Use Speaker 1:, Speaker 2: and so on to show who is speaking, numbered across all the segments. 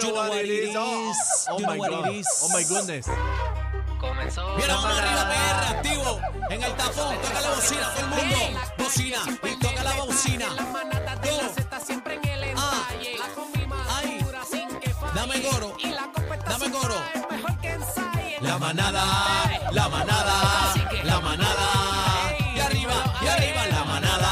Speaker 1: know what it is.
Speaker 2: Oh,
Speaker 1: Oh,
Speaker 2: you know
Speaker 1: my
Speaker 2: what
Speaker 1: God.
Speaker 2: it is.
Speaker 1: Oh my goodness.
Speaker 3: Comenzó.
Speaker 2: Mira,
Speaker 3: la
Speaker 2: vamos arriba, PR,
Speaker 3: parada.
Speaker 2: activo. En el tapón, toca la bocina, todo el mundo. Bocina, y toca la bocina. Go. Ah. Ay. Dame coro. Dame coro. La manada, la manada, la manada. Y arriba, y arriba, la manada,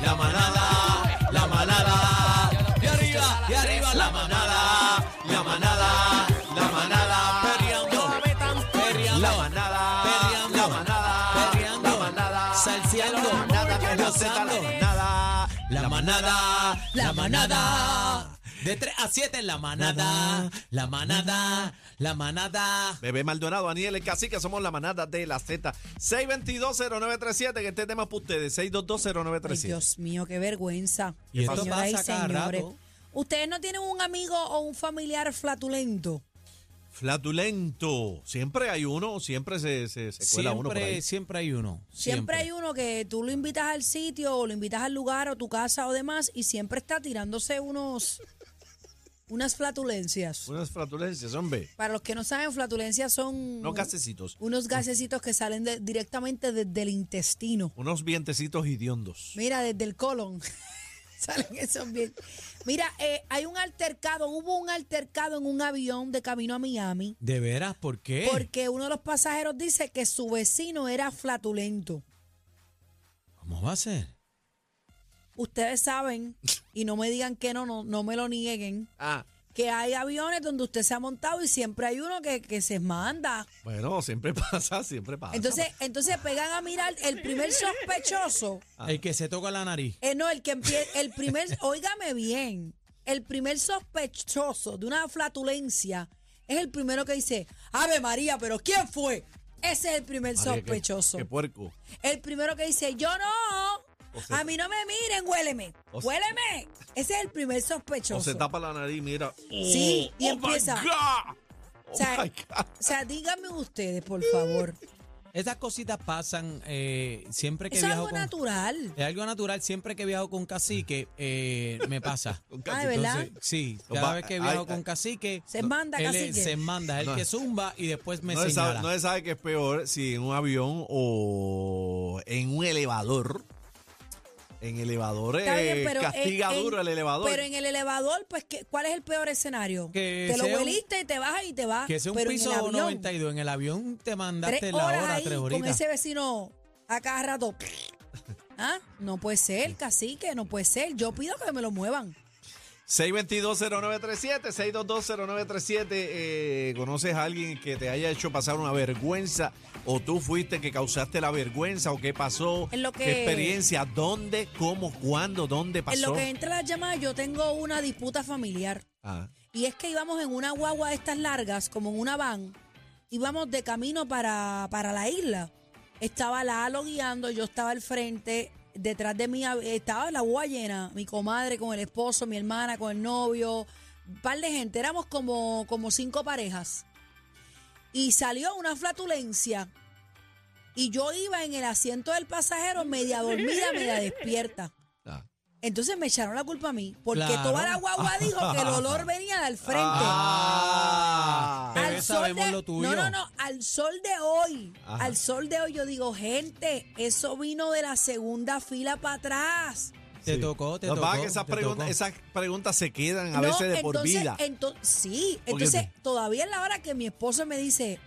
Speaker 2: la manada, la manada. Y arriba, y arriba, la manada, la manada, la manada. Perreando,
Speaker 1: La
Speaker 2: perreando.
Speaker 1: manada.
Speaker 2: Perreando.
Speaker 1: La manada.
Speaker 2: Perreando.
Speaker 1: La manada.
Speaker 2: Salseando.
Speaker 1: La manada que no se da la
Speaker 2: Gozando.
Speaker 1: manada.
Speaker 2: La manada, la manada. De 3 a 7 en la manada, la manada, la manada.
Speaker 1: Bebé Maldonado, Aniel, el cacique, somos la manada de la Z. 6220937, que este tema es para ustedes.
Speaker 4: Ay,
Speaker 1: 6220937.
Speaker 4: Dios mío, qué vergüenza.
Speaker 2: Y esto
Speaker 4: Señoras y
Speaker 2: pasa cada
Speaker 4: señores.
Speaker 2: rato.
Speaker 4: Ustedes no tienen un amigo o un familiar flatulento.
Speaker 1: Flatulento. Siempre hay uno, siempre se, se, se cuela uno por ahí.
Speaker 2: Siempre, siempre hay uno.
Speaker 4: Siempre. hay uno que tú lo invitas al sitio o lo invitas al lugar o tu casa o demás y siempre está tirándose unos unas flatulencias.
Speaker 1: Unas flatulencias, hombre.
Speaker 4: Para los que no saben, flatulencias son
Speaker 1: No gasecitos.
Speaker 4: unos gasecitos que salen de- directamente desde el intestino.
Speaker 1: Unos vientecitos hediondos.
Speaker 4: Mira, desde el colon. Salen esos bien. Mira, eh, hay un altercado, hubo un altercado en un avión de camino a Miami
Speaker 2: ¿De veras? ¿Por qué?
Speaker 4: porque uno de los pasajeros dice que su vecino era flatulento.
Speaker 2: ¿Cómo va a ser?
Speaker 4: Ustedes saben, y no me digan que no, no, no me lo nieguen,
Speaker 1: Ah,
Speaker 4: que hay aviones donde usted se ha montado y siempre hay uno que, que se manda.
Speaker 1: bueno, siempre pasa, siempre pasa.
Speaker 4: Entonces, entonces pegan a mirar el primer sospechoso.
Speaker 1: Ah.
Speaker 2: El que se toca la nariz.
Speaker 4: Eh, no, el que empieza, el primer, óigame bien, el primer sospechoso de una flatulencia es el primero que dice, Ave María, pero ¿quién fue? Ese es el primer
Speaker 1: María, qué-
Speaker 4: sospechoso.
Speaker 1: Qué puerco.
Speaker 4: el primero que dice, yo no,
Speaker 1: O sea-
Speaker 4: a mí no me miren, huéleme,
Speaker 1: O sea-
Speaker 4: huéleme. Ese es el primer
Speaker 1: O
Speaker 4: sospechoso.
Speaker 1: se tapa la nariz, mira.
Speaker 4: Sí,
Speaker 1: Oh,
Speaker 4: y
Speaker 1: oh
Speaker 4: empieza.
Speaker 1: My God. Oh
Speaker 4: o, sea,
Speaker 1: my God.
Speaker 4: o sea, díganme ustedes, por favor.
Speaker 2: Esas cositas pasan eh, siempre que
Speaker 4: Eso es
Speaker 2: viajo
Speaker 4: algo
Speaker 2: con...
Speaker 4: natural.
Speaker 2: Es algo natural. Siempre que viajo con cacique, eh, me pasa.
Speaker 1: Con
Speaker 4: Ah,
Speaker 1: casi-
Speaker 4: de verdad.
Speaker 2: Entonces, sí,
Speaker 1: Nos
Speaker 2: cada
Speaker 1: va-
Speaker 2: vez que
Speaker 1: ay,
Speaker 2: viajo
Speaker 1: ay.
Speaker 2: con cacique...
Speaker 4: Se manda,
Speaker 2: él es-
Speaker 4: cacique.
Speaker 2: Se manda, es el
Speaker 1: No.
Speaker 2: que zumba y después me
Speaker 1: no, se
Speaker 2: señala.
Speaker 1: sabe, no se sabe qué es peor si en un avión o en un elevador. En elevador
Speaker 4: Está
Speaker 1: eh,
Speaker 4: bien, pero
Speaker 1: castiga
Speaker 4: en- en-
Speaker 1: duro el elevador.
Speaker 4: Pero en el elevador, pues, ¿qué- ¿cuál es el peor escenario?
Speaker 2: Que
Speaker 4: te lo
Speaker 2: sea un-
Speaker 4: hueliste y te bajas y te vas.
Speaker 2: Que sea un
Speaker 4: Ah, pero en el
Speaker 2: piso
Speaker 4: avión,
Speaker 2: 92. En el avión te mandaste
Speaker 4: tres
Speaker 2: la
Speaker 4: horas
Speaker 2: hora,
Speaker 4: ahí
Speaker 2: tres
Speaker 4: con
Speaker 2: horitas.
Speaker 4: ese vecino a cada rato. ¿Ah? No puede ser, cacique, no puede ser. Yo pido que me lo muevan.
Speaker 1: 6220937, 6220937. Eh, ¿Conoces a alguien que te haya hecho pasar una vergüenza? ¿O tú fuiste que causaste la vergüenza? ¿O qué pasó?
Speaker 4: En lo
Speaker 1: ¿Qué
Speaker 4: que-
Speaker 1: experiencia? ¿Dónde? ¿Cómo? ¿Cuándo? ¿Dónde pasó?
Speaker 4: En lo que entra las llamadas, yo tengo una disputa familiar.
Speaker 1: Ah,
Speaker 4: Y es que íbamos en una guagua de estas largas, como en una van, íbamos de camino para, para la isla. Estaba la Alo guiando, yo estaba al frente, detrás de mí hab- estaba la guagua llena, mi comadre con el esposo, mi hermana con el novio, un par de gente, éramos como, como cinco parejas. Y salió una flatulencia. Y yo iba en el asiento del pasajero media dormida, media despierta.
Speaker 1: ah.
Speaker 4: Entonces me echaron la culpa a mí, porque
Speaker 2: Claro.
Speaker 4: toda la guagua dijo que el olor venía del frente.
Speaker 1: Ah.
Speaker 2: Bebé, sabemos
Speaker 4: de,
Speaker 2: lo tuyo.
Speaker 4: No, no, no, al sol de hoy,
Speaker 1: Ajá.
Speaker 4: al sol de hoy yo digo, gente, eso vino de la segunda fila para atrás.
Speaker 2: Te
Speaker 1: Sí.
Speaker 2: tocó, te
Speaker 1: Lo que
Speaker 2: tocó.
Speaker 1: pasa es que esas,
Speaker 2: te
Speaker 1: preguntas,
Speaker 2: tocó.
Speaker 1: esas preguntas se quedan a
Speaker 4: No,
Speaker 1: veces de por
Speaker 4: entonces-
Speaker 1: vida.
Speaker 4: ento- sí,
Speaker 1: Porque-
Speaker 4: entonces todavía es la hora que mi esposo me dice,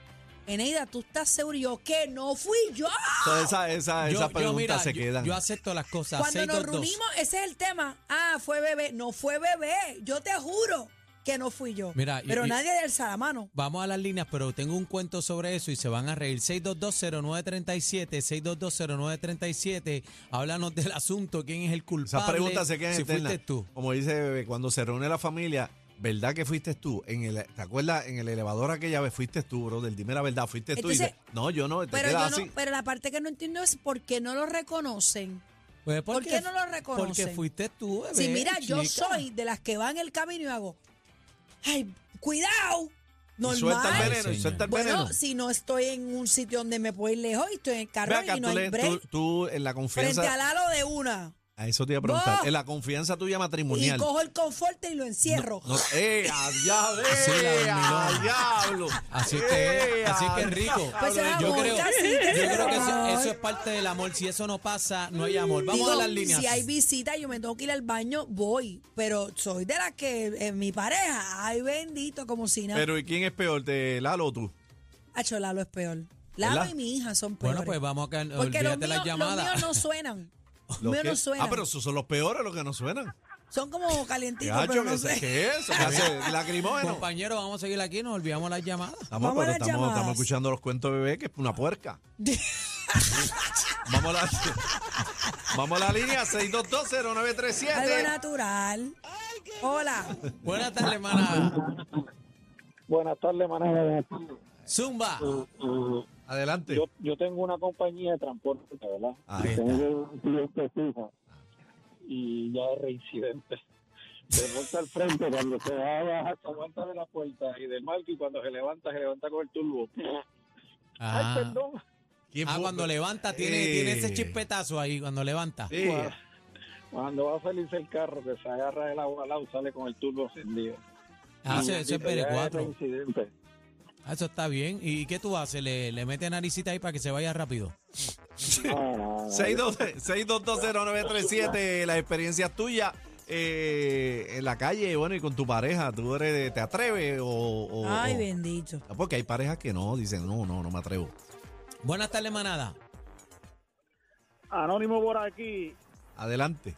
Speaker 4: Eneida, ¿tú estás seguro? Y yo, que no fui yo.
Speaker 1: Todas esas esas-
Speaker 2: Yo-
Speaker 1: esas
Speaker 2: yo,
Speaker 1: preguntas
Speaker 2: mira,
Speaker 1: se
Speaker 2: yo-
Speaker 1: quedan.
Speaker 2: Yo, acepto las cosas.
Speaker 4: Cuando nos
Speaker 2: 622.
Speaker 4: reunimos, ese es el tema. Ah, fue bebé. No fue bebé. Yo te juro que no fui yo.
Speaker 2: Mira, y-
Speaker 4: Pero
Speaker 2: y-
Speaker 4: nadie del Salamano.
Speaker 2: Vamos a las líneas, pero tengo un cuento sobre eso y se van a reír. 6220937, 6220937. Háblanos del asunto, quién es el culpable.
Speaker 1: esas preguntas se quedan
Speaker 2: Si
Speaker 1: eternas.
Speaker 2: fuiste tú.
Speaker 1: Como dice Bebé, cuando se reúne la familia, ¿verdad que fuiste tú? En el, ¿Te acuerdas? En el elevador aquella vez fuiste tú, brother. Dime la verdad, fuiste tú. Y
Speaker 4: Entonces,
Speaker 1: dice, no, yo no, te
Speaker 4: Pero,
Speaker 1: quedas
Speaker 4: yo
Speaker 1: así.
Speaker 4: no, pero la parte que no entiendo es por qué no lo reconocen.
Speaker 2: Pues,
Speaker 4: ¿Por qué no lo reconocen?
Speaker 2: Porque fuiste tú, bebé.
Speaker 4: Si mira, yo
Speaker 2: chica.
Speaker 4: soy de las que van el camino y hago, ay, cuidado,
Speaker 1: Y suelta el
Speaker 2: Ay,
Speaker 4: pues, normal.
Speaker 1: veneno, y
Speaker 2: señor.
Speaker 1: suelta el veneno.
Speaker 4: Bueno, si no estoy en un sitio donde me puedo ir lejos y estoy en el
Speaker 1: Ve
Speaker 4: carro
Speaker 1: acá,
Speaker 4: y no
Speaker 1: tú,
Speaker 4: hay
Speaker 1: le-
Speaker 4: break,
Speaker 1: tú- tú en la
Speaker 4: frente
Speaker 1: confianza,
Speaker 4: al halo de una.
Speaker 1: A eso te iba a preguntar.
Speaker 4: ¡No!
Speaker 1: En la confianza tuya
Speaker 4: Y
Speaker 1: matrimonial.
Speaker 4: cojo el conforte y lo encierro.
Speaker 1: No, ¡Eh, a diablo!
Speaker 2: Así la
Speaker 1: ¡Eh, a
Speaker 2: dormilona.
Speaker 1: diablo!
Speaker 2: Así es que,
Speaker 1: ¡Eh,
Speaker 2: así es que es
Speaker 1: a
Speaker 2: rico.
Speaker 4: Pues
Speaker 1: diablo!
Speaker 4: era
Speaker 2: yo
Speaker 4: amor,
Speaker 2: creo,
Speaker 4: casi
Speaker 2: yo
Speaker 4: que se
Speaker 2: creo que eso,
Speaker 4: acabó.
Speaker 2: eso es parte del amor. Si eso no pasa, no hay amor. Vamos
Speaker 4: Digo,
Speaker 2: a las líneas.
Speaker 4: Si hay visita y yo me tengo que ir al baño, voy. Pero soy de las que eh, mi pareja, ay bendito, como si nada.
Speaker 1: Pero ¿y quién es peor, de Lalo o tú?
Speaker 4: Hacho, Lalo es peor. Lalo
Speaker 1: ¿Verdad?
Speaker 4: y mi hija son peores.
Speaker 2: bueno, pues vamos acá.
Speaker 4: Porque los
Speaker 2: Olvídate
Speaker 4: míos,
Speaker 2: las
Speaker 4: los
Speaker 2: llamadas.
Speaker 4: míos no suenan. Los
Speaker 1: Los
Speaker 4: míos
Speaker 1: que-
Speaker 4: no suenan.
Speaker 1: Ah, pero esos son los peores, los que no suenan.
Speaker 4: Son como calientitos,
Speaker 1: Gacho,
Speaker 4: pero no
Speaker 1: ¿qué
Speaker 4: sé.
Speaker 1: es- ¿Qué es eso? ¿Qué hace? ¿Lacrimógeno?
Speaker 2: Compañeros, vamos a seguir aquí. Nos olvidamos las llamadas.
Speaker 1: Estamos,
Speaker 4: Vamos a
Speaker 1: pero
Speaker 4: las
Speaker 1: estamos,
Speaker 4: llamadas.
Speaker 1: estamos escuchando los cuentos de bebé, que es una puerca. Vamos a la, vamos a la línea
Speaker 4: Algo
Speaker 1: 6220937.
Speaker 4: natural. Hola.
Speaker 2: Buenas tardes, hermana.
Speaker 5: Buenas tardes, manada.
Speaker 2: Zumba.
Speaker 1: Adelante.
Speaker 5: Yo, yo tengo una compañía de transporte, ¿verdad?
Speaker 1: Ahí está.
Speaker 5: tengo un cliente fijo y ya es reincidente. Se monta al frente cuando se va a bajar, se aguanta de la puerta y del marco y cuando se levanta, se levanta con el turbo. Ay,
Speaker 2: Ah,
Speaker 5: perdón.
Speaker 1: ¿Quién
Speaker 2: Ah,
Speaker 1: fue?
Speaker 2: cuando levanta, tiene,
Speaker 1: Eh.
Speaker 2: tiene ese chispetazo ahí, cuando levanta.
Speaker 1: Sí.
Speaker 5: Cuando va feliz el carro, que se agarra el agua al lado, sale con el turbo encendido.
Speaker 2: Ah,
Speaker 5: Y
Speaker 2: eso, eso es
Speaker 5: bendito, ya
Speaker 2: PR4.
Speaker 5: reincidente.
Speaker 2: Ah, eso está bien. ¿Y qué tú haces? ¿Le, le mete naricita ahí para que se vaya rápido?
Speaker 5: Ah, No, no, no.
Speaker 1: 622- 6220937, la experiencia es tuya eh, en la calle, bueno, y con tu pareja, ¿tú eres de- te atreves o...? o-
Speaker 4: Ay,
Speaker 1: o-
Speaker 4: bendito.
Speaker 1: Ah, Porque hay parejas que no, dicen, no, no, no me atrevo.
Speaker 2: Buenas tardes, manada.
Speaker 6: Anónimo por aquí,
Speaker 1: Adelante.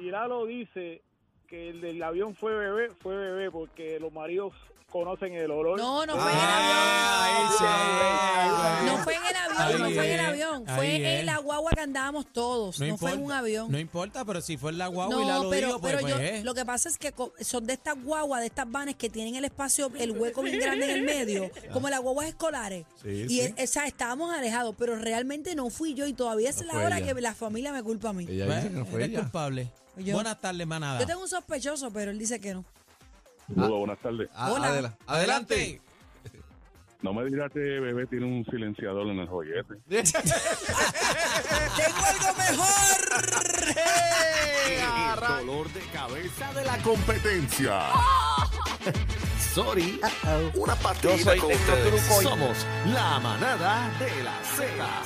Speaker 6: y Lalo dice que el del avión fue bebé, fue bebé, porque los maridos conocen el olor.
Speaker 4: No, no fue
Speaker 1: Ah,
Speaker 4: en el avión.
Speaker 1: ahí sí,
Speaker 4: No
Speaker 1: güey.
Speaker 4: fue en el avión,
Speaker 2: Ahí
Speaker 4: no fue en el
Speaker 2: es,
Speaker 4: avión. Fue
Speaker 2: ahí es.
Speaker 4: en la guagua que andábamos todos. No, fue en un avión.
Speaker 2: No importa, pero si fue en la guagua y la
Speaker 4: No,
Speaker 2: lo
Speaker 4: pero,
Speaker 2: digo, pues,
Speaker 4: pero yo,
Speaker 2: pues, eh.
Speaker 4: lo que pasa es que co- son de estas guaguas, de estas vanes que tienen el espacio, el hueco bien grande en el medio, como las guaguas escolares.
Speaker 1: Sí,
Speaker 4: y
Speaker 1: sí.
Speaker 4: e- esa, estábamos alejados, pero realmente no fui yo y todavía es
Speaker 1: No
Speaker 4: la
Speaker 1: fue
Speaker 4: hora
Speaker 1: ella.
Speaker 4: que la familia me culpa a mí.
Speaker 1: Ella
Speaker 2: Pues,
Speaker 1: dice que no fue
Speaker 2: eres
Speaker 1: ella.
Speaker 2: culpable.
Speaker 4: Yo-
Speaker 2: Buenas tardes, manada.
Speaker 4: Yo tengo un sospechoso, pero él dice que no.
Speaker 7: Hola, buenas tardes.
Speaker 1: Ah,
Speaker 4: Hola.
Speaker 1: adela- Adelante.
Speaker 7: No me dirás que bebé tiene un silenciador en el joyete.
Speaker 4: ¡Tengo algo mejor!
Speaker 8: dolor de cabeza de la competencia.
Speaker 4: Oh.
Speaker 8: Sorry, una partida con ustedes. Somos la manada de la Z.